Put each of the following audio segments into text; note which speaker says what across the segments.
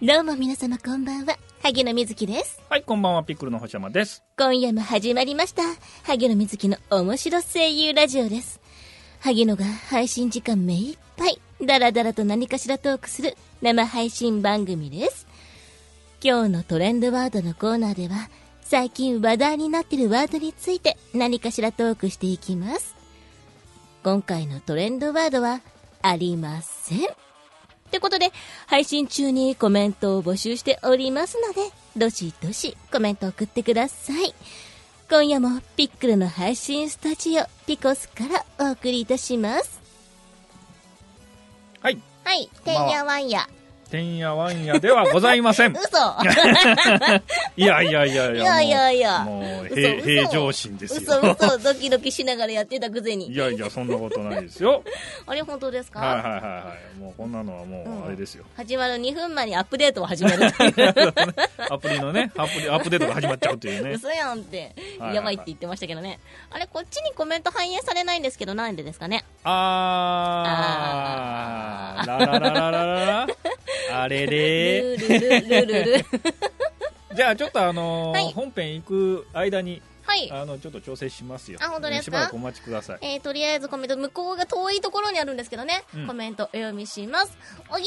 Speaker 1: どうも皆様こんばんは、萩野瑞希です。
Speaker 2: はい、こんばんは、ピックルの星山です。
Speaker 1: 今夜も始まりました、萩野瑞希の面白声優ラジオです。萩野が配信時間めいっぱい、ダラダラと何かしらトークする生配信番組です。今日のトレンドワードのコーナーでは、最近話題になっているワードについて何かしらトークしていきます。今回のトレンドワードは、ありません。ってことで、配信中にコメントを募集しておりますので、どしどしコメント送ってください。今夜もピックルの配信スタジオ、ピコスからお送りいたします。
Speaker 2: はい、
Speaker 1: はい、
Speaker 2: こんばんはてんや
Speaker 1: わんや。
Speaker 2: てんやわんやではございま せん。
Speaker 1: 嘘
Speaker 2: いやいやいやいや。
Speaker 1: いやいやいや
Speaker 2: もうもう
Speaker 1: 嘘
Speaker 2: 平
Speaker 1: 嘘
Speaker 2: 平常心 です
Speaker 1: 嘘
Speaker 2: よ。
Speaker 1: 嘘、ドキドキしながらやってたくぜ
Speaker 2: い
Speaker 1: に。
Speaker 2: やいや、そんなことないで すよ。
Speaker 1: あれ本当ですか
Speaker 2: はいはいはいはい。もうこんなのはもうあれですよ。
Speaker 1: 始まる2分前にアップデートを始めるっていう
Speaker 2: アプリのね、アプリ、アップデートが始まっちゃうっていう ね。
Speaker 1: 嘘やんって、
Speaker 2: はいはいはい
Speaker 1: やばいって言ってましたけどねあれこっちにコメント反映されないんですけどなんでですかね
Speaker 2: あー、ラララララ ララ。あれれ
Speaker 1: ルールルルルル
Speaker 2: じゃあちょっとあのー
Speaker 1: はい
Speaker 2: 本編行く間に、
Speaker 1: はい
Speaker 2: あの、ちょっと調整しますよ。
Speaker 1: あ本当ですか
Speaker 2: しばらくお待ちください。
Speaker 1: えー、とりあえずコメント、向こうが遠いところにあるんですけどね、
Speaker 2: うん
Speaker 1: コメントお読みします。おぎ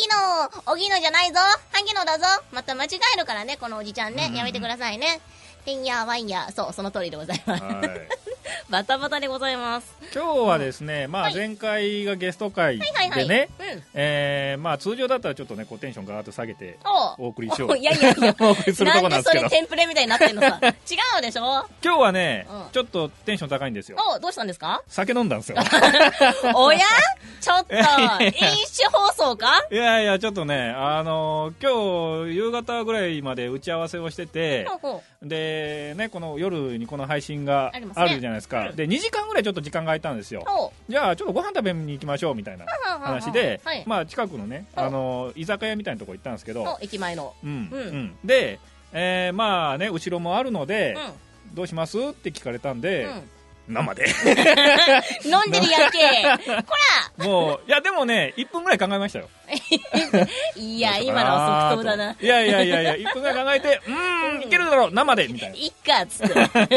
Speaker 1: のおぎのじゃないぞ萩野だぞまた間違えるからね、このおじちゃんね。
Speaker 2: うん
Speaker 1: やめてくださいね。てんやわんや。そう、その通りでござい ます。
Speaker 2: はい。
Speaker 1: バタバタでございます。
Speaker 2: 今日はですね、ま
Speaker 1: は
Speaker 2: あ、
Speaker 1: い
Speaker 2: 前回がゲスト会でね、
Speaker 1: はいはい。うん。
Speaker 2: えーまあ、通常だったらちょっとねこうテンションガーッと下げて
Speaker 1: おう
Speaker 2: お送りしよ
Speaker 1: お
Speaker 2: う。
Speaker 1: いやいやいや
Speaker 2: お送りするとこ
Speaker 1: な
Speaker 2: な
Speaker 1: んんです
Speaker 2: で
Speaker 1: そ
Speaker 2: け
Speaker 1: れ
Speaker 2: ど
Speaker 1: テンプレみたいになってんの さ。違うでしょ
Speaker 2: 今日はね、
Speaker 1: うん
Speaker 2: ちょっとテンション高いんですよ
Speaker 1: おうどうしたんです か
Speaker 2: 酒飲んだ んですよ
Speaker 1: おやちょっ と、
Speaker 2: いやいや
Speaker 1: 飲酒放送か
Speaker 2: いやいやちょっとねあのー今日夕方ぐらいまで打ち合わせをしてて
Speaker 1: ほうほ
Speaker 2: でねこの夜にこの配信が
Speaker 1: ありますね
Speaker 2: あるじゃないですかで2時間ぐらいちょっと時間が空いたんですよ
Speaker 1: うほう
Speaker 2: じゃあちょっとご飯食べに行きましょうみたいな
Speaker 1: はんはんはんはん
Speaker 2: 話で、
Speaker 1: はい。
Speaker 2: まあ近くのね、
Speaker 1: うん
Speaker 2: あのー居酒屋みたいなとこ行ったんですけど、
Speaker 1: お駅前の。
Speaker 2: うん
Speaker 1: うん
Speaker 2: うんで、えーまあね後ろもあるの
Speaker 1: う
Speaker 2: で
Speaker 1: ん。、
Speaker 2: どうしますって聞かれたんで、
Speaker 1: うん。
Speaker 2: 生で
Speaker 1: 飲んでるやんけ。こら
Speaker 2: もういやでもね1分ぐらい考えましたよ
Speaker 1: い
Speaker 2: い
Speaker 1: や、今のは即答だな。
Speaker 2: いやいやいやいや1分ぐらい考 えてうーんいけるだろう生でみたいない
Speaker 1: いっか、つ って。だから、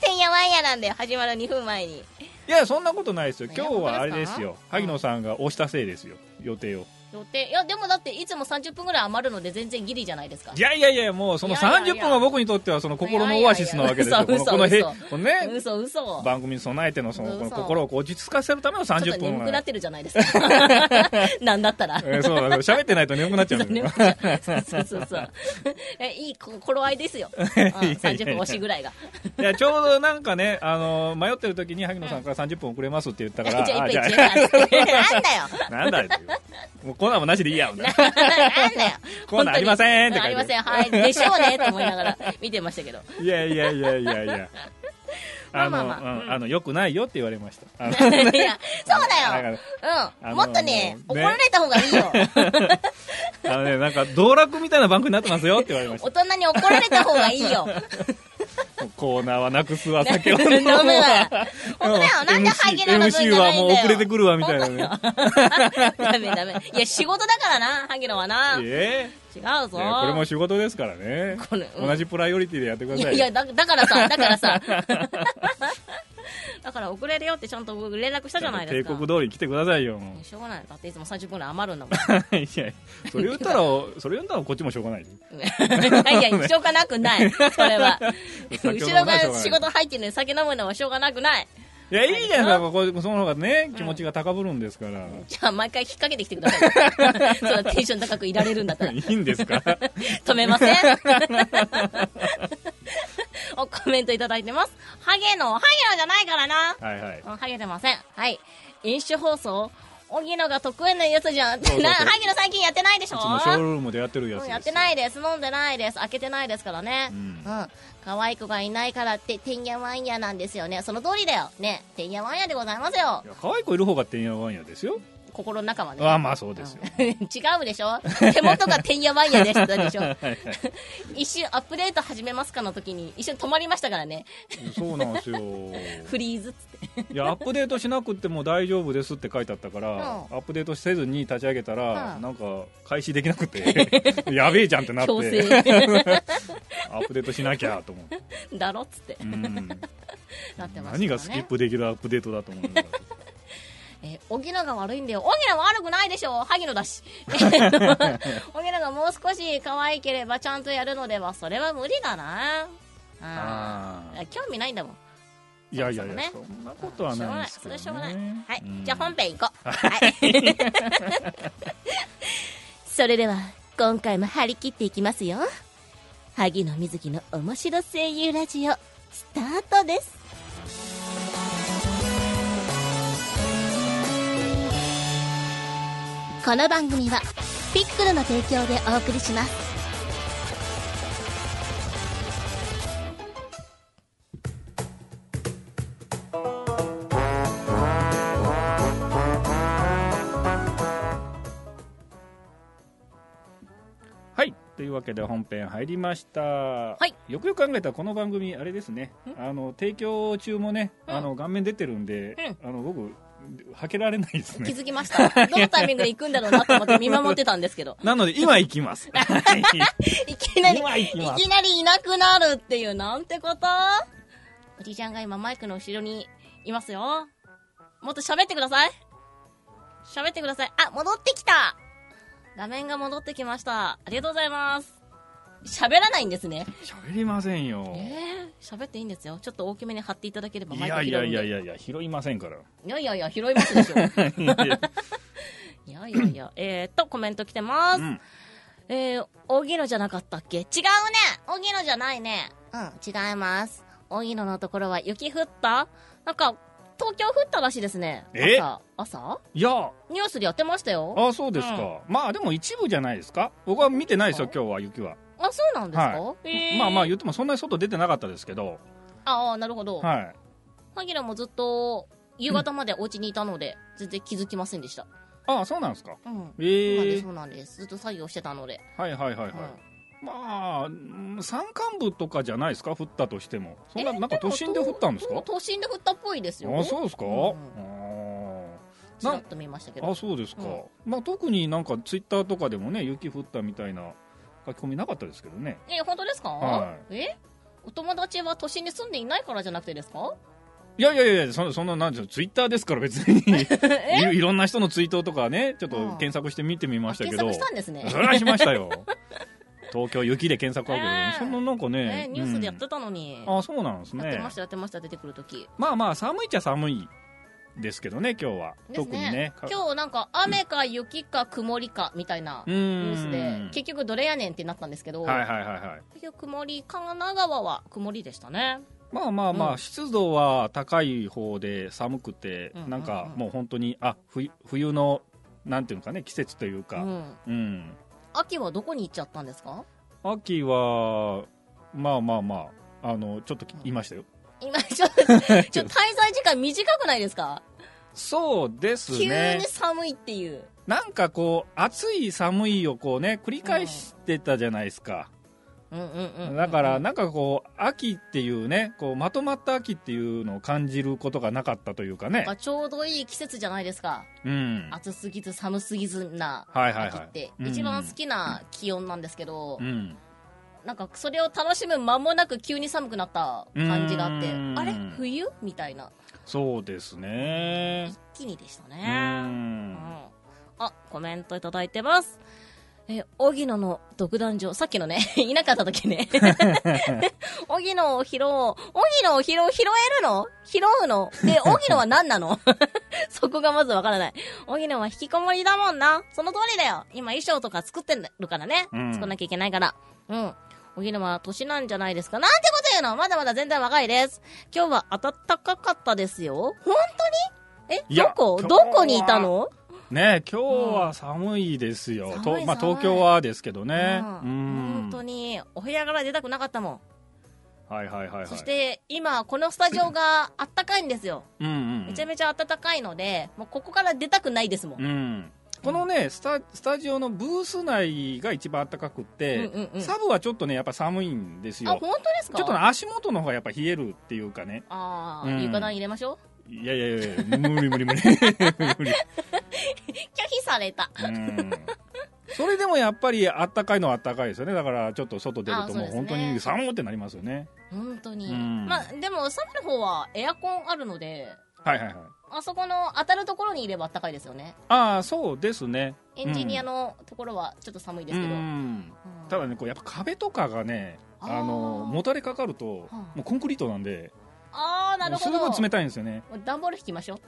Speaker 1: てんやわんやなんだよ、始まる2分前に。
Speaker 2: やそんなことないですよ今日はあれ
Speaker 1: いや
Speaker 2: です
Speaker 1: 本当
Speaker 2: よ
Speaker 1: ですか
Speaker 2: 萩野さんが押したせいですよ予定を
Speaker 1: 予定。いや、でもだって、いつも30分ぐらい余るので、全然ギリじゃないですか
Speaker 2: い。やいやいやもうその
Speaker 1: いやいやいや
Speaker 2: 30分は僕にとってはその心のオアシスなわけですよ
Speaker 1: いやいやいや
Speaker 2: このこの
Speaker 1: 嘘
Speaker 2: へ
Speaker 1: 嘘
Speaker 2: このね
Speaker 1: 嘘嘘。
Speaker 2: 番組に備えてのその
Speaker 1: 嘘
Speaker 2: この心をこう落ち着かせるための
Speaker 1: ちょっ
Speaker 2: 30
Speaker 1: と
Speaker 2: 分
Speaker 1: 眠
Speaker 2: は
Speaker 1: くなってるじゃないです か。なんだったら。
Speaker 2: えーそうだそう喋ってないと眠くなっちゃうんだ よ
Speaker 1: 眠くなっちゃうそうそうそう。えいいこ頃合い ですよ。うん30分押しぐらいが。
Speaker 2: いやちょうどなんかね、あのー迷ってる時に萩野さんから30分遅れますって言っ た
Speaker 1: じ
Speaker 2: か
Speaker 1: ゃあ1
Speaker 2: ら、
Speaker 1: 分
Speaker 2: あ
Speaker 1: 1
Speaker 2: じゃ
Speaker 1: 円
Speaker 2: あ
Speaker 1: なんだよ。
Speaker 2: なんだよっていうもうコーナーもなしでいいやみたいな
Speaker 1: なんだよ。
Speaker 2: コーナーありませんって書
Speaker 1: あ
Speaker 2: い
Speaker 1: り
Speaker 2: て
Speaker 1: ません、はい、でしょうねと思いながら見てましたけど、
Speaker 2: いやいやいやいやいや
Speaker 1: まあ
Speaker 2: あ
Speaker 1: まあ
Speaker 2: の
Speaker 1: まあ
Speaker 2: う
Speaker 1: うん
Speaker 2: んあのよくないよって言われましたあの
Speaker 1: いやそうだよ、
Speaker 2: だ
Speaker 1: うん、
Speaker 2: あの
Speaker 1: もっとね、
Speaker 2: もう
Speaker 1: 怒ら
Speaker 2: ね
Speaker 1: れた方がいい よ、
Speaker 2: からあのねなんか道楽みたいな番組になってますよって言われ まし
Speaker 1: 大人に怒られた方がいいよ、
Speaker 2: たもうコーナーはなくすわ酒
Speaker 1: 飲
Speaker 2: を
Speaker 1: む
Speaker 2: 飲む
Speaker 1: わ
Speaker 2: わ、
Speaker 1: 本当だよ、なんでハゲなの分じ
Speaker 2: MC
Speaker 1: ゃな
Speaker 2: はい
Speaker 1: ん
Speaker 2: もう
Speaker 1: だよ、
Speaker 2: 遅れてくるわみた いなね
Speaker 1: ダメダメ、いや、仕事だからな、ハゲのはな、違う
Speaker 2: え
Speaker 1: ぞ、
Speaker 2: えいやこれも仕事ですからね
Speaker 1: これうん
Speaker 2: 同じプライオリティでやってくだ
Speaker 1: い
Speaker 2: さ
Speaker 1: や
Speaker 2: い
Speaker 1: い
Speaker 2: よ
Speaker 1: やだ、だから さ、だからさ、 だから遅れるよってちゃんと僕連絡したじゃないですか
Speaker 2: 帝。国通り来てくださいよもう
Speaker 1: しょうがないだっていつも30分ぐらい余るんだもん
Speaker 2: いやいやそれ言ったらそれ言ったらこっちもしょうがない
Speaker 1: いやいや、しょうがなくない。それは。
Speaker 2: 酒
Speaker 1: 後
Speaker 2: を飲
Speaker 1: ろ
Speaker 2: ま
Speaker 1: が
Speaker 2: ないと
Speaker 1: 仕事入ってるのに酒飲むのはしょうがなくない。
Speaker 2: いやいいじゃないですかこうその方がね気持ちが高ぶるんですから、
Speaker 1: じゃあ、毎回引っ掛けてきてくだ さい。そのテンション高くいられるんだったら。
Speaker 2: いいんです か
Speaker 1: 止めま せんおコメントいただいてます。ハゲの、ハゲのじゃないからな。
Speaker 2: はいはい
Speaker 1: うんハゲてません。はい。飲酒放送荻野が得意なやつじゃん。な、
Speaker 2: そうそうそう
Speaker 1: ハゲの最近やってないでし
Speaker 2: い
Speaker 1: ょ
Speaker 2: つもショールームでやってるやつ
Speaker 1: うん
Speaker 2: です
Speaker 1: やってないです。飲んでないです。開けてないですからね。
Speaker 2: うん
Speaker 1: うん、可愛い子がいないからって、てんやわんやなんですよね。その通りだよ。ね、てんやわんやでございますよ
Speaker 2: い。や可愛い子いる方がてんやわんやですよ
Speaker 1: 心の中はね。
Speaker 2: あまあそうですよ
Speaker 1: うん 違うでしょ手元がてんやわんやでしたでしょ
Speaker 2: はい
Speaker 1: 一瞬アップデート始めますかの時に一瞬止まりましたからね。
Speaker 2: そうなんですよ
Speaker 1: フリーズっつって。
Speaker 2: いやアップデートしなくても大丈夫ですって書いてあったから、
Speaker 1: うん
Speaker 2: アップデートせずに立ち上げたら、
Speaker 1: うん
Speaker 2: なんか開始できなく てやべえじゃんってなっ
Speaker 1: 強
Speaker 2: て
Speaker 1: 制
Speaker 2: アップデートしなきゃと思って、
Speaker 1: だろっつって
Speaker 2: うん
Speaker 1: なってます
Speaker 2: 何がスキップできるアップデートだと思うんだから
Speaker 1: えー、小木野が悪いんだよ。小木野は悪くないでしょ萩野だ し。えー小木野がもう少し可愛ければちゃんとやるのでは、それは無理だな。あ
Speaker 2: あ
Speaker 1: ー興味ないんだもん。
Speaker 2: いやいやいや、
Speaker 1: そ
Speaker 2: そ
Speaker 1: も
Speaker 2: んなことはないですけど、ね、
Speaker 1: しょうがない。それはしょうがない。は
Speaker 2: う
Speaker 1: い。
Speaker 2: ん
Speaker 1: じゃあ本編行こう。はい。それでは、今回も張り切っていきますよ。萩野瑞希の面白声優ラジオ、スタートです。この番組は、ピックルの提供でお送りします。
Speaker 2: はいというわけで本編入りました、
Speaker 1: い
Speaker 2: よくよく考えたらこの番組あれですねあの提供中もね、
Speaker 1: うん
Speaker 2: あの顔面出てるんで、あの僕はけられないで す
Speaker 1: 気
Speaker 2: ね
Speaker 1: づきました。どのタイミングで行くんだろうなと思って見守ってたんですけど。
Speaker 2: なので今行きます はい
Speaker 1: いきなり、
Speaker 2: 今
Speaker 1: い
Speaker 2: 行きます
Speaker 1: きなりいなくなるっていう、なんてことおじいちゃんが今マイクの後ろにいますよ。もっと喋ってください。喋ってください。あ、戻ってきた画面が戻ってきました。ありがとうございます。喋らないんですね。
Speaker 2: 喋りませんよ
Speaker 1: えー、喋っていいんですよ。ちょっと大きめに貼っていただければ
Speaker 2: い
Speaker 1: マイク
Speaker 2: や
Speaker 1: 拾うんで。
Speaker 2: いやいやいやいや拾いませんから
Speaker 1: いやいやいや、拾いますでしょ。いやいやいや、えーっと、コメント来てます。
Speaker 2: うん
Speaker 1: えー、荻野じゃなかったっけ違うね荻野じゃないね。うん、違います。荻野のところは雪降ったなんか、東京降ったらしいですね。
Speaker 2: え
Speaker 1: 朝朝
Speaker 2: いや
Speaker 1: ニュースでやってましたよ。
Speaker 2: あそうですか、まあでも一部じゃないですか僕は見てないですよ今日は雪は、
Speaker 1: あそうなんですか、
Speaker 2: は
Speaker 1: えー
Speaker 2: まあまあ言ってもそんなに外出てなかったですけど
Speaker 1: ああ、なるほど。
Speaker 2: はい
Speaker 1: 萩野もずっと、夕方までお家にいたので、全然気づきませんでした。
Speaker 2: ああそうなんですか
Speaker 1: うん。そうなん
Speaker 2: え
Speaker 1: で
Speaker 2: え
Speaker 1: す、そうなんです。ずっと作業してたので。
Speaker 2: はいはいはいはい、まあうん山間部とかじゃないですか降ったとしてもそんな
Speaker 1: え
Speaker 2: なんか都心で降ったんですか
Speaker 1: 都心で降ったっぽいですよ。
Speaker 2: あそうですか、
Speaker 1: う
Speaker 2: うんん
Speaker 1: ちらっと見ましたけど。
Speaker 2: あそうですか、
Speaker 1: うん
Speaker 2: まあ特になんかツイッターとかでもね雪降ったみたいな書き込みなかったですけどね
Speaker 1: え、本当ですか、
Speaker 2: は
Speaker 1: えお友達は都心に住んでいないからじゃなくてですか
Speaker 2: いやいやいやそんそんななんていうのツイッターですから別に いいろんな人のツイートとかねちょっと
Speaker 1: うん
Speaker 2: 検索して見てみましたけ
Speaker 1: 検
Speaker 2: ど、
Speaker 1: 索したんですね
Speaker 2: そ。れはしましたよ東京雪で検索かけど、
Speaker 1: ねえ
Speaker 2: そんななんかね
Speaker 1: え、ニュースでやっ
Speaker 2: う
Speaker 1: てたのに。
Speaker 2: んあそうなんですね
Speaker 1: やってました、やってました、出てくるとき。
Speaker 2: まあまあ寒いっちゃ寒いですけどね今日は、
Speaker 1: です
Speaker 2: 特にね
Speaker 1: ね。今日なんか雨か雪か曇りかみたいな
Speaker 2: う
Speaker 1: ニュース
Speaker 2: ー
Speaker 1: で
Speaker 2: ん、
Speaker 1: 結局どれやねんってなったんですけど、
Speaker 2: はいはいはいはい
Speaker 1: 結局曇り、神奈川は曇りでしたね。
Speaker 2: まあまあまあ、
Speaker 1: うん
Speaker 2: 湿度は高い方で寒くて、
Speaker 1: うん
Speaker 2: なん
Speaker 1: うん
Speaker 2: か
Speaker 1: うん
Speaker 2: もう本当にあ冬冬のなんていうのかね季節という
Speaker 1: う
Speaker 2: か、うん
Speaker 1: ん。秋はどこに行っちゃったんですか
Speaker 2: 秋はまあまあまああのちょっと言いましたよ、
Speaker 1: 今、ちょ っと、ちょっと滞在時間短くないですか
Speaker 2: そうです
Speaker 1: 急
Speaker 2: ね
Speaker 1: に寒いっていう。
Speaker 2: なんかこう暑い寒いをこうね繰り返してたじゃないですか、
Speaker 1: うんうんうんうん。
Speaker 2: だから、なんかこう秋っていうねこうまとまった秋っていうのを感じることがなかったというかね
Speaker 1: まあ、ちょうどいい季節じゃないですか、
Speaker 2: うん
Speaker 1: 暑すぎず寒すぎずな
Speaker 2: はいはい
Speaker 1: 秋
Speaker 2: は
Speaker 1: っ
Speaker 2: い
Speaker 1: て、一番好きな気温なんですけど、
Speaker 2: うん
Speaker 1: なんかそれを楽しむ間もなく急に寒くなった感じがあって、
Speaker 2: うん
Speaker 1: あれ、冬みたいな、
Speaker 2: そうですね
Speaker 1: 一気にでした
Speaker 2: う
Speaker 1: ね。うんんあコメントいただいてます。え、荻野の独壇場、さっきのね、 いなかった時ね。 荻野を拾おう。荻野を拾う、拾えるの拾うので、荻野は何なの そこがまずわからない。荻野は引きこもりだもんな。その通りだよ。今衣装とか作ってるからね。
Speaker 2: うん
Speaker 1: 作んなきゃいけないから。うん。荻野は年なんじゃないですか。なんてこと言うのまだまだ全然若いです。今日は暖かかったですよ。本当にえ
Speaker 2: い
Speaker 1: ど
Speaker 2: や
Speaker 1: こ
Speaker 2: 今日
Speaker 1: ど
Speaker 2: は
Speaker 1: こにいたの
Speaker 2: ね今日は寒いですよ、
Speaker 1: うん
Speaker 2: と
Speaker 1: 寒い
Speaker 2: まあ、
Speaker 1: 寒い
Speaker 2: 東京はですけどね、
Speaker 1: う
Speaker 2: うんん
Speaker 1: 本当にお部屋から出たくなかったもん
Speaker 2: はいはいはいはい
Speaker 1: そして今このスタジオがあったかいんですよ
Speaker 2: うんうん
Speaker 1: めちゃめちゃ暖かいのでもうここから出たくないですもん、
Speaker 2: うんこのねスタスタジオのブース内が一番暖かくって、
Speaker 1: うんうんうん
Speaker 2: サブはちょっとねやっぱ寒いんです
Speaker 1: あ
Speaker 2: よ
Speaker 1: 本当ですか
Speaker 2: ちょっとね足元の方がやっぱ冷えるっていうかね
Speaker 1: ああ、
Speaker 2: うん
Speaker 1: 床暖入れましょう
Speaker 2: いやいやいやいや無理無理無理無理
Speaker 1: 拒否された
Speaker 2: うんそれでもやっぱりあったかいのはあったかいですよねだからちょっと外出る
Speaker 1: あそ
Speaker 2: と
Speaker 1: う
Speaker 2: も
Speaker 1: で
Speaker 2: う
Speaker 1: すね
Speaker 2: 本当に寒ってなりますよね
Speaker 1: 本当に、
Speaker 2: うん
Speaker 1: まあでも冷める方はエアコンあるので
Speaker 2: はいはいはい
Speaker 1: あそこの当たるところにいれば暖かいですよね
Speaker 2: ああそうですね
Speaker 1: エンジニアのところはちょっと寒いですけど、
Speaker 2: う
Speaker 1: う
Speaker 2: ん
Speaker 1: ん
Speaker 2: ただねこうやっぱ壁とかがね
Speaker 1: あー
Speaker 2: あのもたれかかると
Speaker 1: はあ
Speaker 2: もうコンクリートなんで
Speaker 1: ああな
Speaker 2: も
Speaker 1: る
Speaker 2: うす
Speaker 1: ほ
Speaker 2: ぐ
Speaker 1: ど
Speaker 2: 冷たいんです よね
Speaker 1: もう段 ボール引きましょ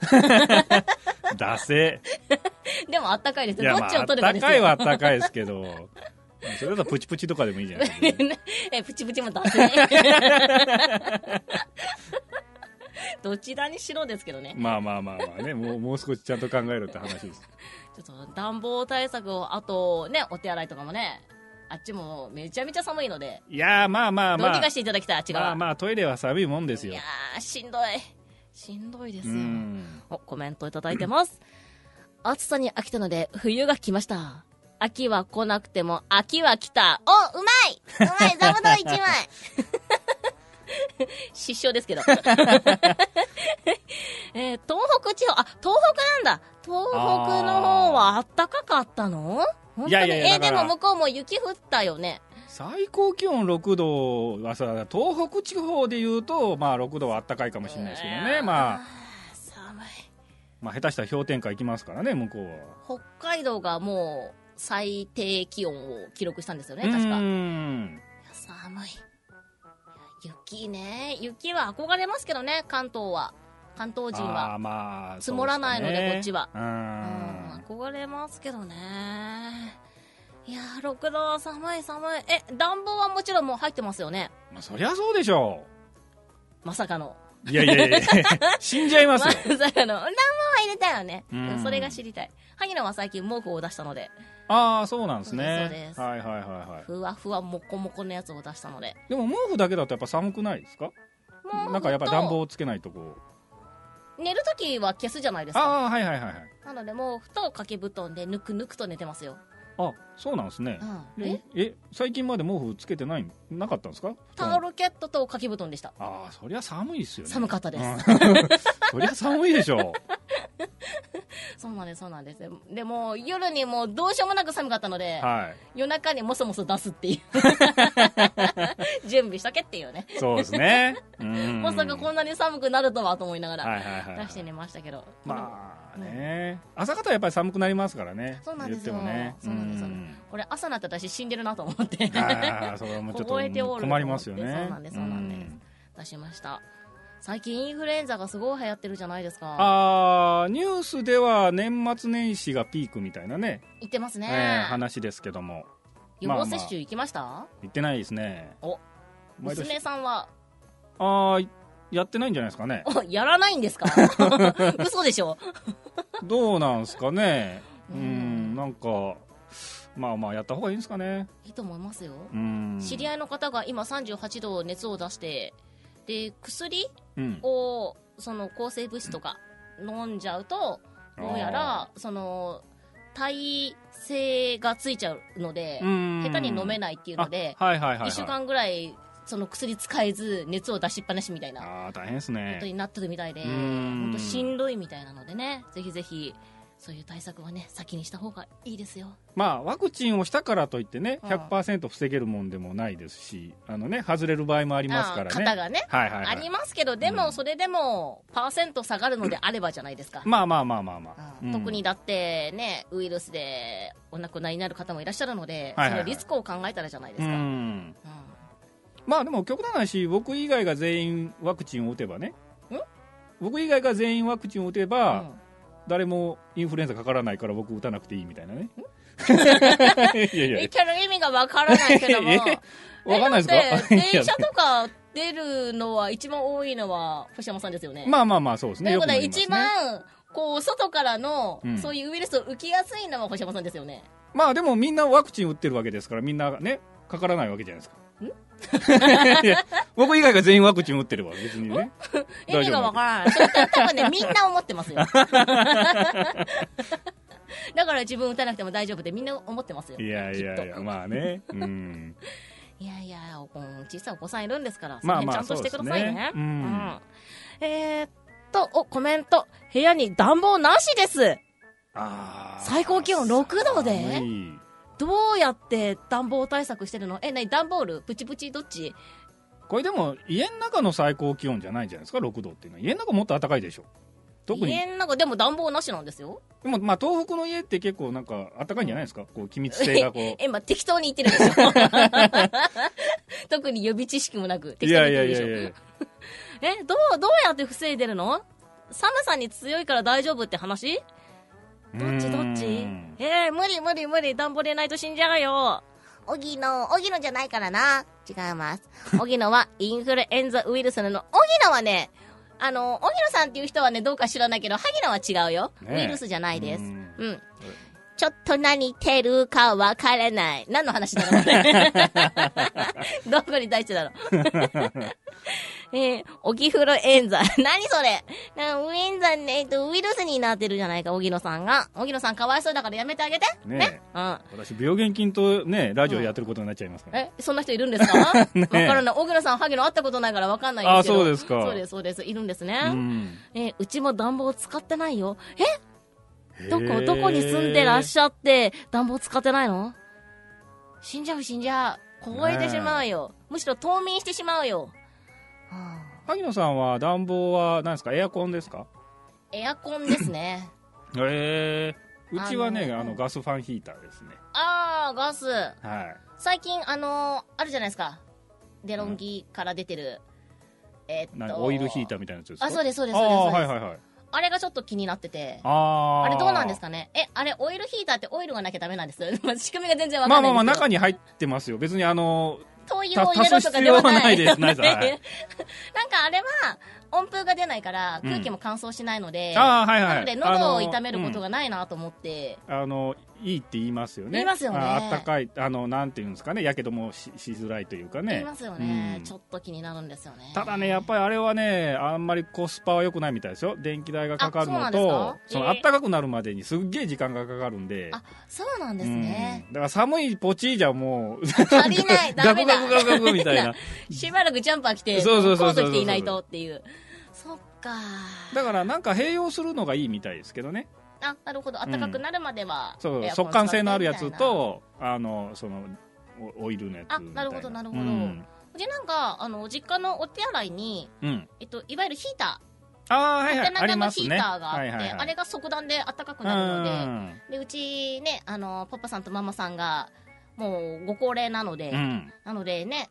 Speaker 2: ダセ
Speaker 1: うでもあったかいです
Speaker 2: い
Speaker 1: ど
Speaker 2: や
Speaker 1: っ
Speaker 2: ま
Speaker 1: ちを
Speaker 2: ああっ
Speaker 1: 取るか
Speaker 2: た
Speaker 1: ですよ
Speaker 2: かいはあったかいですけど それだとプチプチとかでもいいじゃないですか
Speaker 1: え、プチプチも出せない。 どちらにしろですけどね。
Speaker 2: まあまあまあまあねもうもう少しちゃんと考えろって話です
Speaker 1: ちょっと暖房対策を、あとね、お手洗いとかもね、あっちもめちゃめちゃ寒いので、
Speaker 2: いやーまあまあ
Speaker 1: どう
Speaker 2: ま
Speaker 1: に
Speaker 2: あ
Speaker 1: かしていただきたい、あっち
Speaker 2: まあ
Speaker 1: 側。
Speaker 2: まあトイレは寒いもんです
Speaker 1: い
Speaker 2: よ
Speaker 1: やー、しんどい。しんどいです
Speaker 2: う
Speaker 1: よ。
Speaker 2: ん
Speaker 1: お、コメントいただいてます。暑さに飽きたので、冬が来ました。秋は来なくても、秋は来た。お
Speaker 3: おうまいうまい座布団一枚
Speaker 1: 失笑ですけど。 えー東北地方、あ、東北なんだ。東北の方は暖かかったの本当に
Speaker 2: いやいやいや
Speaker 1: えー
Speaker 2: だ
Speaker 1: で
Speaker 2: から
Speaker 1: も向こうも雪降ったよね。
Speaker 2: 最高気温6度はさ東北地方でいうとまあ6度はあったかいかもしれないですけどねまあ、
Speaker 1: あ。寒い。
Speaker 2: まあ下手したら氷点下行きますからね向こうは
Speaker 1: 北海道がもう最低気温を記録したんですよね、
Speaker 2: う
Speaker 1: 確か。いや
Speaker 2: ん
Speaker 1: 寒い。いや雪ね。雪は憧れますけどね、関東は。関東人
Speaker 2: あ
Speaker 1: は。
Speaker 2: ーまあ
Speaker 1: 積もらないので
Speaker 2: そう
Speaker 1: こっち
Speaker 2: すね
Speaker 1: は
Speaker 2: う
Speaker 1: うん
Speaker 2: ん
Speaker 1: 憧れますけどね。いやー、6度、寒い寒い。え、暖房はもちろんもう入ってますよね。
Speaker 2: まあそりゃそうでしょ
Speaker 1: まさかの。
Speaker 2: ういやいやい や死んじゃいま
Speaker 1: ます
Speaker 2: よ
Speaker 1: さかの。暖房は入れたよね。
Speaker 2: う
Speaker 1: うんん、それが知りたい。萩野は最近毛布を出したので、
Speaker 2: ああそうなんです
Speaker 1: そうで
Speaker 2: ね
Speaker 1: す
Speaker 2: はいはいはいはい
Speaker 1: ふわふわもこもこのやつを出したので。
Speaker 2: でも毛布だけだとやっぱ寒くないですか
Speaker 1: もう
Speaker 2: なんかやっぱ暖房。をつけないとこう
Speaker 1: 寝るときは消すじゃないですか。
Speaker 2: ああはいはいはいはい
Speaker 1: なので、もう布と掛け布団でぬくぬくと寝てますよ。
Speaker 2: あそうなんですね
Speaker 1: うん、え
Speaker 2: ええ最近まで毛布つけてないなかったんですか布団
Speaker 1: タオルケットと掛け布団でした。
Speaker 2: ああそりゃ寒いですよね
Speaker 1: 寒かったです
Speaker 2: す そりゃ寒いでしょ
Speaker 1: そうなんです、そうなんです。でも、夜にもうどうしようもなく寒かったので、
Speaker 2: は
Speaker 1: 夜中にもそもそ出すっていう 準備しとけっていうね
Speaker 2: いそうですねうん
Speaker 1: まさかこんなに寒くなるとはと思いなが
Speaker 2: は
Speaker 1: ら
Speaker 2: いはいはいはい
Speaker 1: 出して寝ましたけど、
Speaker 2: まあね朝方はやっぱり寒くなりますからね
Speaker 1: そうなんですよ
Speaker 2: 言ってもね
Speaker 1: そうなんですよこれ朝になって私死んでるなと思って
Speaker 2: うんああそれはもうちょっ
Speaker 1: 凍えてお
Speaker 2: と
Speaker 1: る
Speaker 2: 困りますよね
Speaker 1: そうなんですそうなんです出しました最近インフルエンザがすごい流行ってるじゃないですか
Speaker 2: ああニュースでは年末年始がピークみたいなね、
Speaker 1: 言ってますね、
Speaker 2: えー話ですけども
Speaker 1: 予防接種行きました、
Speaker 2: 行ってないですね
Speaker 1: お
Speaker 2: 毎年
Speaker 1: 娘さんは
Speaker 2: ああやってないんじゃないですかね
Speaker 1: おやらないん ですか嘘でしょ
Speaker 2: どうなんすかね
Speaker 1: う
Speaker 2: うんんなんかまあまあやった方がいいんですかね
Speaker 1: いいと思いますよ
Speaker 2: うん
Speaker 1: 知り合いの方が今38度熱を出してで薬
Speaker 2: うん
Speaker 1: をその抗生物質とか飲んじゃうとどうやらその耐性がついちゃうので下手
Speaker 2: 下
Speaker 1: に飲め
Speaker 2: い
Speaker 1: ないっていうので
Speaker 2: はいはいはい、はい、
Speaker 1: 1週間ぐらいその薬使えず熱を出しっぱなしみたいな
Speaker 2: ああ大変です
Speaker 1: こと
Speaker 2: ね
Speaker 1: になってるみたいで
Speaker 2: う
Speaker 1: 本
Speaker 2: ん
Speaker 1: 当しんどいみたいなのでねぜひぜひそういう対策はね先にした方がいいですよ
Speaker 2: まあワクチンをしたからといってね
Speaker 1: うん
Speaker 2: 100%防げるもんでもないですしあのね外れる場合もありますから
Speaker 1: あー型
Speaker 2: ね
Speaker 1: がね
Speaker 2: はいはい、は
Speaker 1: あり
Speaker 2: い、
Speaker 1: ますけどで
Speaker 2: う
Speaker 1: も
Speaker 2: ん
Speaker 1: それでもパーセント下がるのであればじゃないですか
Speaker 2: まあまあまあまあまあ、
Speaker 1: うん特にだってねウイルスでお亡くなりになる方もいらっしゃるので、
Speaker 2: はいはいはい
Speaker 1: そのリスクを考えたらじゃないで
Speaker 2: う
Speaker 1: すか、うん
Speaker 2: んまあでも極端な話僕以外が全員ワクチンを打てばね僕以外が全員ワクチンを打てば、誰もインフルエンザかからないから僕打たなくていいみた いなね
Speaker 1: うん、
Speaker 2: いやいや
Speaker 1: 言ってる意味がわからないけど も
Speaker 2: えわかんないですか
Speaker 1: えだって
Speaker 2: いや
Speaker 1: 電車とか出るのは一番多いのは星山さんですよね、
Speaker 2: まあまあまあそうです
Speaker 1: と
Speaker 2: ね
Speaker 1: いう
Speaker 2: よ
Speaker 1: こ
Speaker 2: く
Speaker 1: と
Speaker 2: な
Speaker 1: で
Speaker 2: ります
Speaker 1: 一
Speaker 2: ね
Speaker 1: 番こう外からの、
Speaker 2: うん
Speaker 1: そういうウイルスを受けやすいのは星山さんですよね
Speaker 2: まあでもみんなワクチン打ってるわけですからみんなねかからないわけじゃないですか いや僕以外が全員ワクチン打ってれば別にね
Speaker 1: 意味がわからない。それ多分ね、みんな思って ますよ。だから自分打たなくても大丈夫でみんな思ってますよ。
Speaker 2: いやいやい
Speaker 1: きっ
Speaker 2: や
Speaker 1: と
Speaker 2: まあねうん
Speaker 1: いやいや、うん小さいお子さんいるんですから、
Speaker 2: まあ
Speaker 1: その辺
Speaker 2: まあ
Speaker 1: ちゃんとしてくださいね。
Speaker 2: そうですねうん
Speaker 1: うんえーっと、お、コメント。部屋に暖房なしです。
Speaker 2: あー
Speaker 1: 最高気温6度で
Speaker 2: 寒い
Speaker 1: どうやって暖房対策してるのえ、なに段ボールプチプチどっち
Speaker 2: これでも家の中の最高気温じゃないんじゃないですか6度っていうのは家の中もっと暖かいでしょ特に
Speaker 1: 家の中でも暖房なしなんですよ。
Speaker 2: でもまあ東北の家って結構なんか暖かいんじゃないですかこう気密性がこう
Speaker 1: え、まあ、適当に言ってるん ですよ。特に予備知識もなく、
Speaker 2: い
Speaker 1: 適当
Speaker 2: や
Speaker 1: に
Speaker 2: い
Speaker 1: 言
Speaker 2: や
Speaker 1: ってる
Speaker 2: い
Speaker 1: でし
Speaker 2: や
Speaker 1: ょ。
Speaker 2: いや
Speaker 1: え、どう、どうやって防いでるの寒さに強いから大丈夫って話どっちどっち
Speaker 2: うん
Speaker 1: えー、無理無理無理、暖房でないと死んじゃうよ。
Speaker 3: おぎの、おぎのじゃないからな。違います。
Speaker 1: オギノはインフルエンザウイルスなの。オギノはね、あの、オギノさんっていう人はね、どうか知らないけど、ハギノは違うよ。
Speaker 2: ねえ
Speaker 1: ウイルスじゃないです。う
Speaker 2: う
Speaker 1: んん。
Speaker 3: ちょっと何言ってるかわからない。
Speaker 1: 何の話だろうね。 どこに対してだろう。 えー、オギフルエンザ。 何それ
Speaker 3: なウィンザンね、えっと、ウイルスになってるじゃないか、おぎのさんが。
Speaker 1: オギノさんかわいそうだからやめてあげて。
Speaker 2: ね
Speaker 1: うん。
Speaker 2: え私病原菌とねラジオやってることになっちゃいますから
Speaker 1: え、そんな人いるんです かわか
Speaker 2: え
Speaker 1: らない。小倉さん、萩野会ったことないからわかんないんですけど。
Speaker 2: あそうですか
Speaker 1: そうです、そうです。いるんです
Speaker 2: う
Speaker 1: ね。
Speaker 2: ん
Speaker 1: え、うちも暖房使ってないよ。えど
Speaker 2: へ
Speaker 1: こ、
Speaker 2: ー
Speaker 1: どこに住んでらっしゃって、暖房使ってないの死んじゃう、死んじゃう。凍えてしまうよ。むしろ冬眠してしまうよ。はあ
Speaker 2: 萩野さんは暖房は何ですかエアコンですか
Speaker 1: エアコンです ね。
Speaker 2: ええうちはね
Speaker 1: あの
Speaker 2: あのガスファンヒーターですね
Speaker 1: あー、ガス。
Speaker 2: はい
Speaker 1: 最近、あのーあるじゃないですか。デロンギから出てる。えっ
Speaker 2: なん
Speaker 1: と。
Speaker 2: かオイルヒーターみたいなやつですか
Speaker 1: あ、そう
Speaker 2: で
Speaker 1: です、そうです、
Speaker 2: あ
Speaker 1: そうです。
Speaker 2: あ
Speaker 1: そうです
Speaker 2: はいはいはい
Speaker 1: あれがちょっと気になってて。
Speaker 2: あ
Speaker 1: あれどうなんです
Speaker 2: か
Speaker 1: かねえ、あれオイルヒーターってオイルがなきゃダメなんです 仕組みが全然わ
Speaker 2: ま
Speaker 1: か
Speaker 2: あ
Speaker 1: んな
Speaker 2: ま
Speaker 1: い
Speaker 2: あまあ
Speaker 1: んですけど。
Speaker 2: 中に入ってますよ別にあの
Speaker 1: 灯油を
Speaker 2: た
Speaker 1: 入れ
Speaker 2: 足
Speaker 1: ろ
Speaker 2: す
Speaker 1: とか
Speaker 2: 必
Speaker 1: で
Speaker 2: 要
Speaker 1: は
Speaker 2: は
Speaker 1: な。
Speaker 2: ないいですないです
Speaker 1: なんか
Speaker 2: はい
Speaker 1: あれは温風が出ないから
Speaker 2: うん
Speaker 1: 空気も乾燥しないので、
Speaker 2: ああはいはい
Speaker 1: なので喉を痛めること
Speaker 2: が
Speaker 1: がないなと思って、
Speaker 2: あのいいって言いますよね
Speaker 1: 言いますよね
Speaker 2: ああったかいあのなんていうんですかねやけどもししづらいというかね
Speaker 1: 言いますよね、
Speaker 2: うん
Speaker 1: ちょっと気になるんですよね。
Speaker 2: ただねやっぱりあれはねあんまりコスパは良くないみたいですよ電気代がかかるの
Speaker 1: あそうなん
Speaker 2: と
Speaker 1: ですか
Speaker 2: その
Speaker 1: え
Speaker 2: あ
Speaker 1: ー
Speaker 2: ったかくなるまでにすっげえ時間がかかるんで
Speaker 1: あ、そうなんですね。
Speaker 2: うんだから寒いポチじゃもう
Speaker 1: 足りない、 ダ
Speaker 2: ガ
Speaker 1: メ
Speaker 2: ク
Speaker 1: だ
Speaker 2: ガ。クガクガクみたいな
Speaker 1: しばらくジャンパー着て、コ
Speaker 2: そうそうそうそう
Speaker 1: ー
Speaker 2: そう
Speaker 1: ト着ていないとっていう。そっか。
Speaker 2: だからなんか併用するのがいいみたいですけどね
Speaker 1: あ、なるほど。暖かくなるまでは、
Speaker 2: そう
Speaker 1: エアコン
Speaker 2: 速乾性のあるや
Speaker 1: 使
Speaker 2: つ
Speaker 1: ってみたいな
Speaker 2: とあのそのおオイルのやつみたいな
Speaker 1: あなるほどなるほど
Speaker 2: うん、
Speaker 1: うちなんか、あの、実家のお手洗いに、
Speaker 2: うん
Speaker 1: えっと、いわゆるヒータ
Speaker 2: ああは
Speaker 1: ー、
Speaker 2: いは
Speaker 1: 縦
Speaker 2: いあり
Speaker 1: 長の
Speaker 2: ま
Speaker 1: ヒ
Speaker 2: す
Speaker 1: ー
Speaker 2: ね
Speaker 1: ターがあって、
Speaker 2: はいはいはい
Speaker 1: あれが即暖で暖かくなるの
Speaker 2: うん
Speaker 1: で、で、うちね、あの、パパさんとママさんが、もうご高齢なので、
Speaker 2: うん
Speaker 1: なのでね、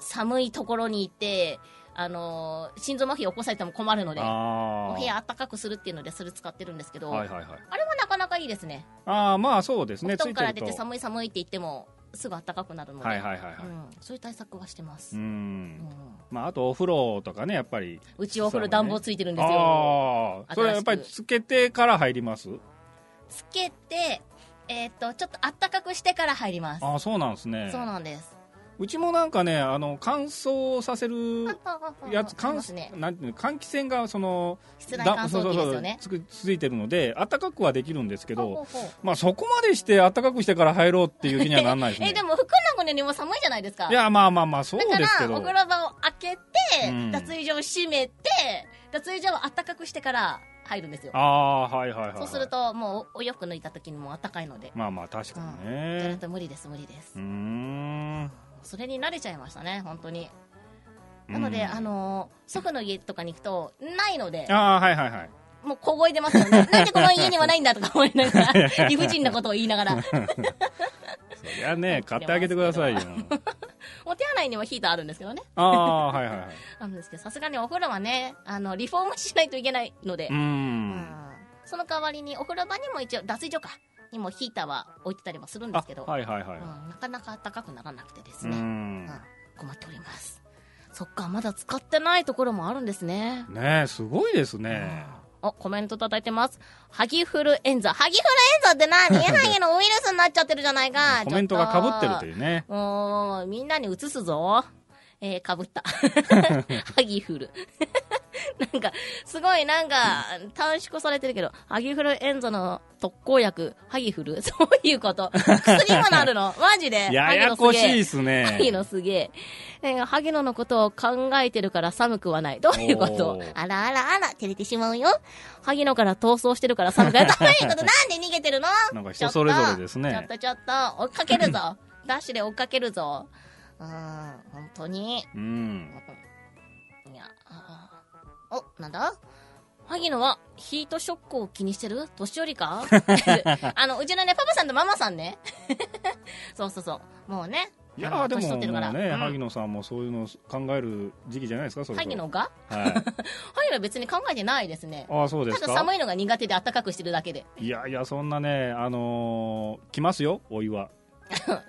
Speaker 1: 寒いところに行って、あの、心臓麻痺を起こされても困るので、
Speaker 2: あー
Speaker 1: お部屋暖かくするっていうので、それ使ってるんですけど、
Speaker 2: はいはいはい
Speaker 1: あれはなかなかいいですね。
Speaker 2: ああまあそうです
Speaker 1: お
Speaker 2: ね
Speaker 1: 布
Speaker 2: つ
Speaker 1: 団
Speaker 2: い
Speaker 1: から
Speaker 2: て
Speaker 1: 出
Speaker 2: る
Speaker 1: て
Speaker 2: と
Speaker 1: 寒い寒いって言っても、すぐ暖かくなるので、
Speaker 2: はいはいはいはい
Speaker 1: うん、そういう対策はしてます。
Speaker 2: う
Speaker 1: うんん
Speaker 2: まああとお風呂とかねやっぱり
Speaker 1: うちお風呂暖房ついてるんですよ。
Speaker 2: ああ
Speaker 1: 新しく
Speaker 2: それはやっぱりつけてから入ります
Speaker 1: つけて、えーっと、ちょっとあったかくしてから入ります。
Speaker 2: ああそうなんですね
Speaker 1: そうなんです。
Speaker 2: うちもなんかねあの乾燥させるやつ
Speaker 1: 乾
Speaker 2: 乾
Speaker 1: 燥ね。
Speaker 2: なんていうの換気扇がその
Speaker 1: 室内乾燥機ですよ
Speaker 2: だ
Speaker 1: ね。
Speaker 2: そうそうそうつくついてるので暖かくはできるんですけ
Speaker 1: ほうほ
Speaker 2: ど
Speaker 1: うほう
Speaker 2: まあそこまでして暖かくしてから入ろうっていう気にはならないですね
Speaker 1: え、でも服の子にも寒いじゃないですか。
Speaker 2: いやまあまあまあそう
Speaker 1: だか
Speaker 2: ですけ
Speaker 1: ら、
Speaker 2: ど
Speaker 1: お風呂場を開けて、
Speaker 2: うん
Speaker 1: 脱衣所を閉めて、脱衣所をあったかくしてから入るんですよ
Speaker 2: あ。あはいはいはいはい
Speaker 1: そうすると、もうお洋服脱いだ時にもうあったかいので。
Speaker 2: まあまあ確かに
Speaker 1: じゃない
Speaker 2: ね
Speaker 1: と無理です、無理です
Speaker 2: うー。ん
Speaker 1: それに慣れちゃいましたね、本当に。なので、
Speaker 2: うん
Speaker 1: あのー祖父の家とかに行くと、ないので、
Speaker 2: ああはいはいはい
Speaker 1: もう小声出ますよ ね。なんでこの家にはないんだとか思いながら、理不尽なことを言いながら。
Speaker 2: いやね買ってあげてくださいよ
Speaker 1: お手洗いにはヒーターあるんですけどね。
Speaker 2: ああはいはいはい
Speaker 1: あるんですけど、さすがにお風呂はね、あの、リフォームしないといけないので
Speaker 2: うー、
Speaker 1: うんんその代わりにお風呂場にも一応、脱衣所か、にもヒーターは置いてたりもするんで
Speaker 2: あ
Speaker 1: すけど、
Speaker 2: はいはいはい
Speaker 1: うんなかなか暖かくならなくてです
Speaker 2: うー
Speaker 1: ね、う
Speaker 2: ん
Speaker 1: ん困っております。そっか、まだ使ってないところもあるんですね。
Speaker 2: ねえすごいですね
Speaker 1: うんお、コメント叩いてます。ハギフルエンザ。ハギフルエンザって何 ハギのウイルスになっちゃってるじゃないか。
Speaker 2: コメントがかぶってると
Speaker 1: う。
Speaker 2: いうね。
Speaker 1: うーん、みんなに移すぞ。えー、かぶっ た。ハギフル。 なんか、すごいなんか、短縮されてるけど、ハギフルエンザの特効薬、ハギフル そういうこと。薬にもなる のマジで。
Speaker 2: ややこし
Speaker 1: ハギのすげえ
Speaker 2: いっすね。
Speaker 1: 萩野すげえ。なんか萩野のことを考えてるから寒くはない。どういうこと
Speaker 2: おー
Speaker 1: あらあらあら、照れてしまうよ。萩野から逃走してるから寒 くない。どういうことなんで逃げてるの
Speaker 2: なんか人それぞれです
Speaker 1: ちょっ
Speaker 2: ね。
Speaker 1: とちょっとちょっと、追っかける ぞ。ダッシュで追っかけるぞ。うーん、本当に。
Speaker 2: うん。
Speaker 1: いや、あーお、なんだ萩野はヒートショックを気にしてる年寄り かあの、うちのね、パパさんとママさんね。 そうそうそう。もうね。
Speaker 2: い
Speaker 1: あ
Speaker 2: や
Speaker 1: の
Speaker 2: ーで
Speaker 1: 年取
Speaker 2: も
Speaker 1: ってる
Speaker 2: も
Speaker 1: か
Speaker 2: う
Speaker 1: ら
Speaker 2: ね、
Speaker 1: うん
Speaker 2: 萩野さんもそういうの考える時期じゃないですか、それこそ
Speaker 1: 萩野が
Speaker 2: はい。
Speaker 1: 萩野は別に考えてないですね。
Speaker 2: ああ、そうです
Speaker 1: た
Speaker 2: か。
Speaker 1: だ寒いのが苦手で暖かくしてるだけで。
Speaker 2: いやいや、そんなね、あのー、来ますよ、お湯は。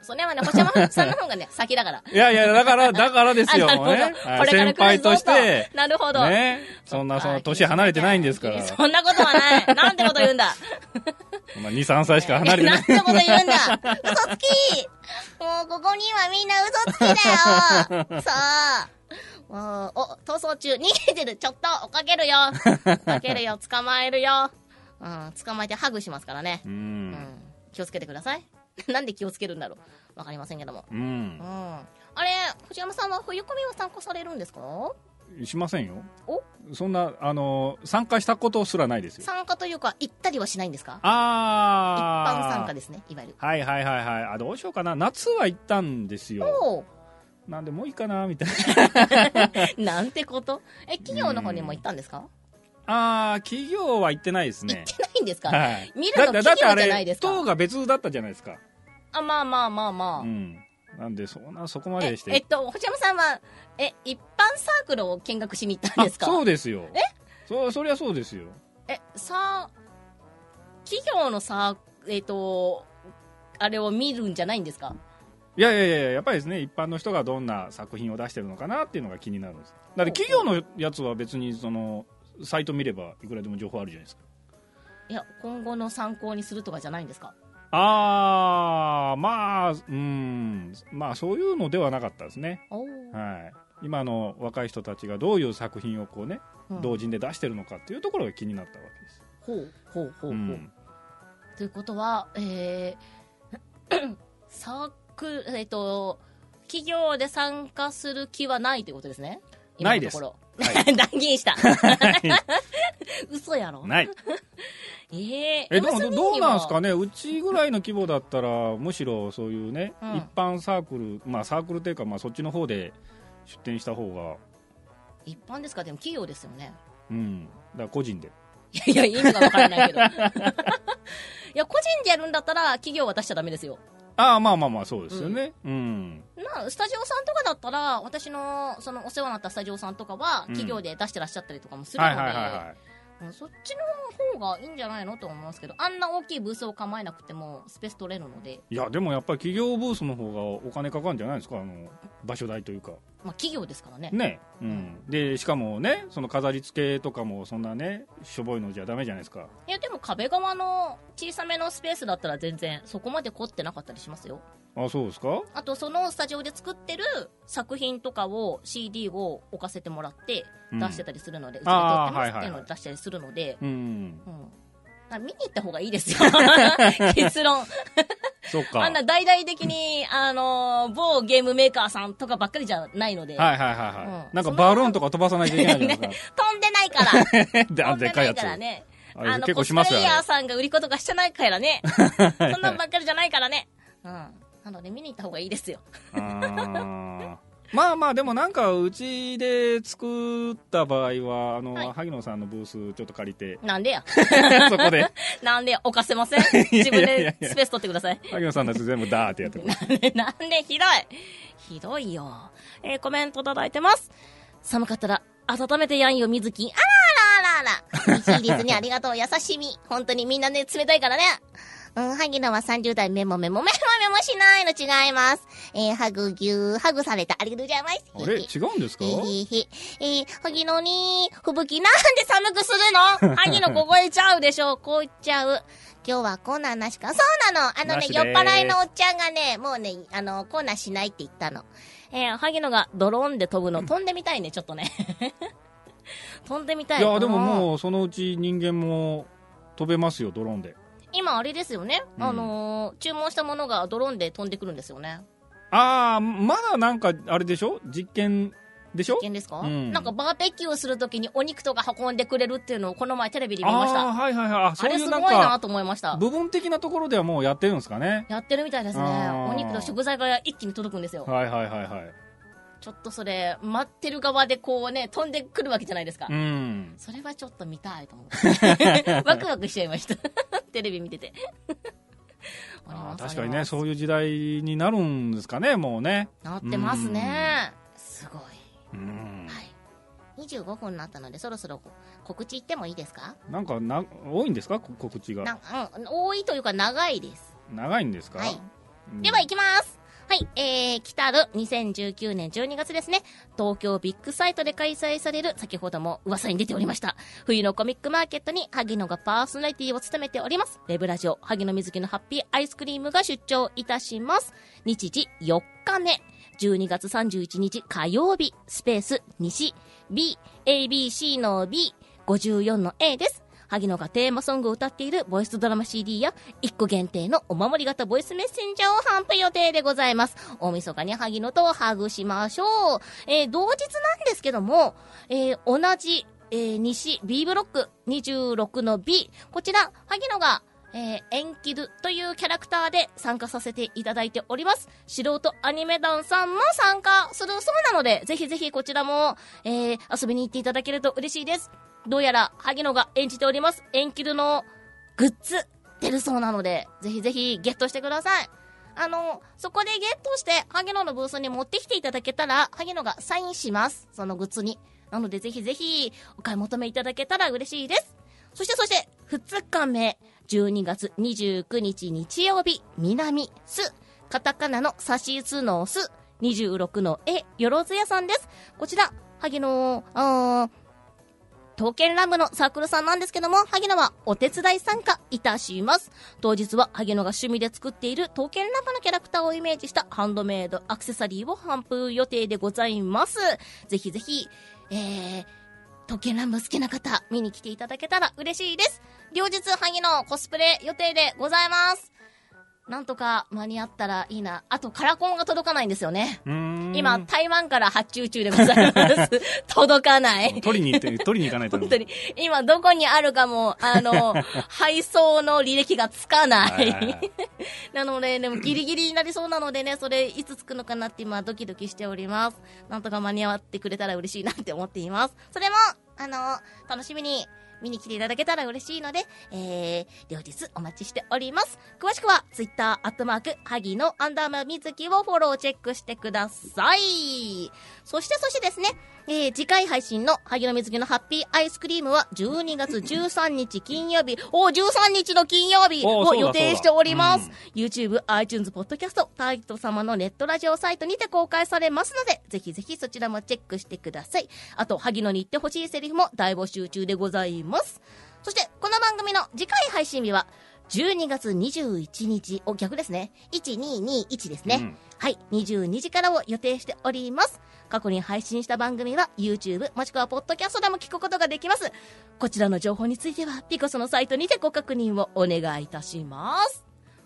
Speaker 1: それはね、星山さんの方がね、先だから。
Speaker 2: いやいや、だから、だから ですよ、
Speaker 1: あなる
Speaker 2: も
Speaker 1: ほ
Speaker 2: う
Speaker 1: ど。
Speaker 2: ね。
Speaker 1: こ
Speaker 2: は
Speaker 1: れか
Speaker 2: い
Speaker 1: ら
Speaker 2: 先輩として、
Speaker 1: なるほど。
Speaker 2: ね、そんな、その、年離れてないんですから。
Speaker 1: そんなことはない。なんてこと言うんだ。
Speaker 2: そんな2、3歳しか離れて
Speaker 1: な
Speaker 2: なんい。
Speaker 1: てこと言うんだ。嘘つきもうここにはみんな嘘つきだよ。さあ。もうお、逃走中、逃げてる。ちょっと、追っかけるよ。追っかけるよ、捕まえるよ。うん、捕まえてハグしますからね。
Speaker 2: う。
Speaker 1: うんん、気をつけてください。なんで気をつけるんだろう。わかりませんけども。
Speaker 2: う
Speaker 1: うん
Speaker 2: ん。
Speaker 1: あれ、藤山さんは冬コミは参加されるんですか
Speaker 2: しませんよ
Speaker 1: お。
Speaker 2: そんな、あのー、参加したことすらないですよ。
Speaker 1: 参加というか、行ったりはしないんですか一
Speaker 2: あー。
Speaker 1: 般参加ですね、いわゆる。
Speaker 2: はいはいはいはい。あ、どうしようかな。夏は行ったんですよ。
Speaker 1: おお、
Speaker 2: なんで、もういいかな、みたいな。
Speaker 1: な んてことえ、企業の方にも行ったんですか
Speaker 2: あー、企業は行ってないです
Speaker 1: 行っ
Speaker 2: ね。
Speaker 1: てないんですか
Speaker 2: はい。
Speaker 1: 見る
Speaker 2: だっ
Speaker 1: の
Speaker 2: て、だっ
Speaker 1: 企
Speaker 2: てあ
Speaker 1: 業じゃない
Speaker 2: れ
Speaker 1: で、す
Speaker 2: 党
Speaker 1: か
Speaker 2: が別だったじゃないですか。
Speaker 1: あ、まあまあまあま
Speaker 2: う
Speaker 1: あ。
Speaker 2: ん。なんで、そんな、そこま
Speaker 1: え
Speaker 2: でして。
Speaker 1: えっと、星山さんは、え、一般サークルを見学しに行ったんですか
Speaker 2: あそうですよ。えそ、そりゃそうですよ。
Speaker 1: え、さ、企業のさ、えっと、あれを見るんじゃないんですか
Speaker 2: いやいやいやいや、やっぱりですね、一般の人がどんな作品を出してるのかなっていうのが気になるんです。だって企業のやつは別に、その、サイト見ればいくらでも情報あるじゃないですか。
Speaker 1: いや、今後の参考にするとかじゃないんですか
Speaker 2: あー、まあ、うん、まあそういうのではなかったですね。
Speaker 1: おお、
Speaker 2: はい。今の若い人たちがどういう作品をこうね、
Speaker 1: うん
Speaker 2: 同人で出してるのかっていうところが気になったわけです。
Speaker 1: ほうほうほうほう、
Speaker 2: うん。
Speaker 1: ということは、えー サークルえっ、と企業で参加する気はないということですね今
Speaker 2: ないです
Speaker 1: のところ
Speaker 2: は
Speaker 1: 断言した 嘘やろ
Speaker 2: ない。
Speaker 1: えー、
Speaker 2: えでもど
Speaker 1: MSB
Speaker 2: どうなんです
Speaker 1: は
Speaker 2: かね、うちぐらいの規模だったら、むしろそういうね、
Speaker 1: うん
Speaker 2: 一般サークル、まあ、サークルというか、まあ、そっちの方で出展した方が、
Speaker 1: 一般ですかでも企業ですよね
Speaker 2: うん、だから個人で、
Speaker 1: いやいや意味がわからないけど いや個人でやるんだったら企業は出しちゃダメですよ
Speaker 2: ああ、まあまあまあ、そうですよね、うん、
Speaker 1: なスタジオさんとかだったら私のそのお世話になったスタジオさんとかは
Speaker 2: うん
Speaker 1: 企業で出してらっしゃったりとかもするの
Speaker 2: は
Speaker 1: で、
Speaker 2: いはいはいは
Speaker 1: うんそっちの方がいいんじゃないのと思いますけどあんな大きいブースを構えなくてもスペース取れるので、
Speaker 2: い、いや、でもやっぱり企業ブースの方がお金かかるんじゃないですか、あの場所代というか、
Speaker 1: まあ、企業ですからね
Speaker 2: ね、うん、でしかもね、その飾り付けとかも、そんなね、しょぼいのじゃだめじゃないですか、
Speaker 1: いやでも壁側の小さめのスペースだったら全然そこまで凝ってなかったりしますよ
Speaker 2: あそうですか、
Speaker 1: あとそのスタジオで作ってる作品とかを CD を置かせてもらって
Speaker 2: うん
Speaker 1: 出してたりするので、うちで撮
Speaker 2: あ
Speaker 1: って
Speaker 2: ー
Speaker 1: ますっ
Speaker 2: はい
Speaker 1: て
Speaker 2: はいいうはい
Speaker 1: のを出したりするので、
Speaker 2: うん、
Speaker 1: うんあ見に行った方がいい ですよ結論
Speaker 2: そっ
Speaker 1: あ
Speaker 2: か、
Speaker 1: ん
Speaker 2: はい
Speaker 1: な大々的に、あのー某ゲームメーカーさんとかばっかりじゃないので、
Speaker 2: はいはいはい、
Speaker 1: うん
Speaker 2: なんかバロンとか飛ばさないといけないじゃないですか。
Speaker 1: 飛んでないから
Speaker 2: で、あ
Speaker 1: 飛ん
Speaker 2: んで
Speaker 1: で
Speaker 2: っか
Speaker 1: な
Speaker 2: いや
Speaker 1: い
Speaker 2: つ。
Speaker 1: からね。
Speaker 2: あれ
Speaker 1: あの、
Speaker 2: 結
Speaker 1: コ
Speaker 2: 構し
Speaker 1: スプ
Speaker 2: ますよ
Speaker 1: レイ
Speaker 2: ね。
Speaker 1: ヤーさんが売り子とかしてないからね。 そんなんばっかりじゃないからね。うん。なので見に行った方がいいですよ。
Speaker 2: あーまあまあ、でもなんか、うちで作った場合は、あの、
Speaker 1: はい、
Speaker 2: 萩野さんのブースちょっと借りて
Speaker 1: なんでや。
Speaker 2: そこで、
Speaker 1: なんでや。置かせま せん。自分でスペース取ってください。
Speaker 2: 萩野さんのやつ全部ダーってやってく る。
Speaker 1: なんでひどい。ひどいよ。えーコメントいただいてます。寒かったら、温めてやんよ、水木。あらあらあらあら。いいですね、ありがとう、優しみ。本当にみんなね、冷たいからね。
Speaker 3: うん、萩野は30代メモメモメモメモしないの違います。えー、ハグギュー、ハグされた。ありがとうございます。
Speaker 2: あれ違うんですか
Speaker 3: へへへ。えー、萩野に、吹雪なんで寒くする の萩野凍えちゃうでしょ凍えちゃう。今日はコーナーなしかそうなのあの
Speaker 2: な
Speaker 3: ね
Speaker 2: し、で
Speaker 3: 酔っ
Speaker 2: ーす
Speaker 3: 払いのおっちゃんがね、もうね、あの、コーナーしないって言ったの。
Speaker 1: えー、萩野がドローンで飛ぶの、飛んでみたいね、ちょっとね。 飛んでみたい。
Speaker 2: いやでも
Speaker 1: う。
Speaker 2: もうそのうち人間も飛べますよドローンで
Speaker 1: 今、あれですよね。
Speaker 2: うん
Speaker 1: あのー注文したものがドローンで飛んでくるんですよね。
Speaker 2: ああまだなんかあれでしょ実験でしょ
Speaker 1: 危険ですか、
Speaker 2: うん
Speaker 1: なんかバーベキューするときにお肉とか運んでくれるっていうのをこの前テレビで見ました。
Speaker 2: ああ
Speaker 1: あ
Speaker 2: ーはいはいはいあそう
Speaker 1: れ
Speaker 2: い
Speaker 1: す
Speaker 2: う
Speaker 1: ご
Speaker 2: ないん
Speaker 1: な
Speaker 2: か
Speaker 1: と思いました。
Speaker 2: 部分的なところではもうやってるんですかね
Speaker 1: やってるみたいですね。
Speaker 2: あー
Speaker 1: お肉と食材が一気に届くんですよ。
Speaker 2: はいはいはいはい
Speaker 1: ちょっとそれ、待ってる側でこうね、飛んでくるわけじゃないですか。
Speaker 2: うん
Speaker 1: それはちょっと見たいと思 って。ワクワクしちゃいました。 テレビ見てて。あり
Speaker 2: あ
Speaker 1: ま
Speaker 2: ー
Speaker 1: す
Speaker 2: 確かに
Speaker 1: あり
Speaker 2: ね
Speaker 1: ます
Speaker 2: そういう時代になるんですかねもうね
Speaker 1: なってますね。すごい。
Speaker 2: うん
Speaker 1: はい。25分になったので、そろそろ告知行ってもいいですか
Speaker 2: なんかな多いんですかこ告知
Speaker 1: な
Speaker 2: が
Speaker 1: んうん、多いというか長いです。
Speaker 2: 長いんですか、
Speaker 1: はい
Speaker 2: うん
Speaker 1: では行きます。はい、えー、来たる2019年12月ですね、東京ビッグサイトで開催される、先ほども噂に出ておりました、冬のコミックマーケットに萩野がパーソナリティを務めております、レブラジオ、萩野瑞希のハッピーアイスクリームが出張いたします。日時4日目、12月31日火曜日、スペース西、B、ABC の B、54の A です。萩野がテーマソングを歌っているボイスドラマ CD や1個限定のお守り型ボイスメッセンジャーを販布予定でございます。大晦日に萩野とハグしましょう。えー同日なんですけども、えー同じ、えー西 B ブロック26の B。こちら、萩野がえー、エンキルというキャラクターで参加させていただいております。素人アニメ団さんも参加するそうなので、ぜひぜひこちらも、えー、遊びに行っていただけると嬉しいです。どうやら、萩野が演じております、エンキルのグッズ、出るそうなので、ぜひぜひゲットしてください。あの、そこでゲットして、萩野のブースに持ってきていただけたら、萩野がサインします。そのグッズに。なので、ぜひぜひ、お買い求めいただけたら嬉しいです。そしてそして、2日目、12月29日日曜日、南、す、カタカナのサシスのす、26のえ、よろずやさんです。こちら、萩野、あー、刀剣ラムのサークルさんなんですけども、萩野はお手伝い参加いたします。当日は萩野が趣味で作っている刀剣ラムのキャラクターをイメージしたハンドメイドアクセサリーを販布予定でございます。ぜひぜひ、えー、刀剣乱舞好きな方、見に来ていただけたら嬉しいです。両日、萩のコスプレ予定でございます。なんとか間に合ったらいいな。あと、カラコンが届かないんですよね。
Speaker 2: うーん
Speaker 1: 今、台湾から発注中でござい ます。届かない。
Speaker 2: 取りに行 って取りに行かないと
Speaker 1: 本当に、今どこにあるかも、あ の、配送の履歴がつかな
Speaker 2: はいはい
Speaker 1: い
Speaker 2: は。い
Speaker 1: なので、でもギリギリになりそうなのでね、それいつ着くのかなって今ドキドキしております。なんとか間に合ってくれたら嬉しいなって思っています。それも、あの、楽しみに見に来ていただけたら嬉しいので、えー、両日お待ちしております。詳しくは、ツイッターアットマーク、ハギのアンダーマーみずきをフォローチェックしてください。そしてそしてですね、えー、次回配信の萩野みずきのハッピーアイスクリームは12月13日金曜日、おー13日の金曜日
Speaker 2: おー
Speaker 1: を
Speaker 2: そうだ
Speaker 1: 予定しております
Speaker 2: そう。
Speaker 1: YouTube、iTunes、Podcast、タイト様のネットラジオサイトにて公開されますので、ぜひぜひそちらもチェックしてください。あと、萩野に言ってほしいセリフも大募集中でございます。そして、この番組の次回配信日は、12月21日、お、逆ですね。1221です ね。
Speaker 2: うん
Speaker 1: はい、22時からを予定しております。過去に配信した番組は YouTube もしくは Podcast でも聞くことができます。こちらの情報については、ピコソのサイトにてご確認をお願いいたします。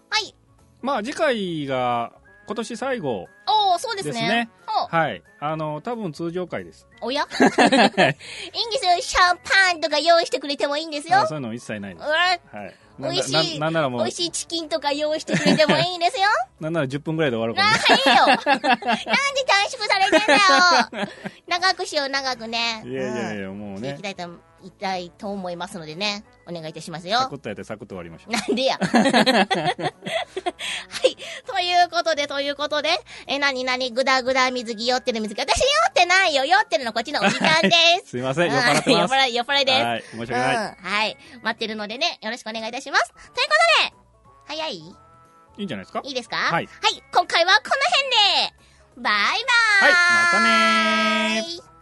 Speaker 1: はい。
Speaker 2: まあ次回が今年最後
Speaker 1: おー、そうです
Speaker 2: です
Speaker 1: ね。
Speaker 2: ね
Speaker 1: お
Speaker 2: はいあの多分通常回です
Speaker 1: お やいいんですよ。シャンパンとか用意してくれてもいいんですよ
Speaker 2: あ。そういうの一切ないで
Speaker 1: うん
Speaker 2: す、はい、
Speaker 1: 美味しい
Speaker 2: なんだなんなら
Speaker 1: 美
Speaker 2: もう
Speaker 1: 味しいチキンとか用意してくれてもいいん ですよ。
Speaker 2: なんなら10分ぐらいで終わる
Speaker 1: な
Speaker 2: かもね
Speaker 1: あ、いいよ。なんで短縮されてんだよ。長くしよう、長くね。
Speaker 2: いやいやいやも
Speaker 1: う
Speaker 2: うん
Speaker 1: してい
Speaker 2: ね
Speaker 1: きたいと、いきたいと思いますのでね。お願いいたします
Speaker 2: サ
Speaker 1: よ
Speaker 2: クッ。とやってサクッと終わりましょう
Speaker 1: なんでや。 はい。ということで、ということで、え、なになに、ぐだぐだ水着酔ってる水着。私酔ってないよ。酔ってるのこっちのおじちゃんです。
Speaker 2: すいません酔っ払って
Speaker 1: うん酔
Speaker 2: ます
Speaker 1: っ払い、酔っ払いです。
Speaker 2: はい申し訳ない、
Speaker 1: うん。はい。待ってるのでね、よろしくお願いいたします。ということで、早い
Speaker 2: いいんじゃないですか
Speaker 1: いいですか
Speaker 2: はい
Speaker 1: 今回はこの辺でバイバーイ
Speaker 2: はいまたねー
Speaker 1: ー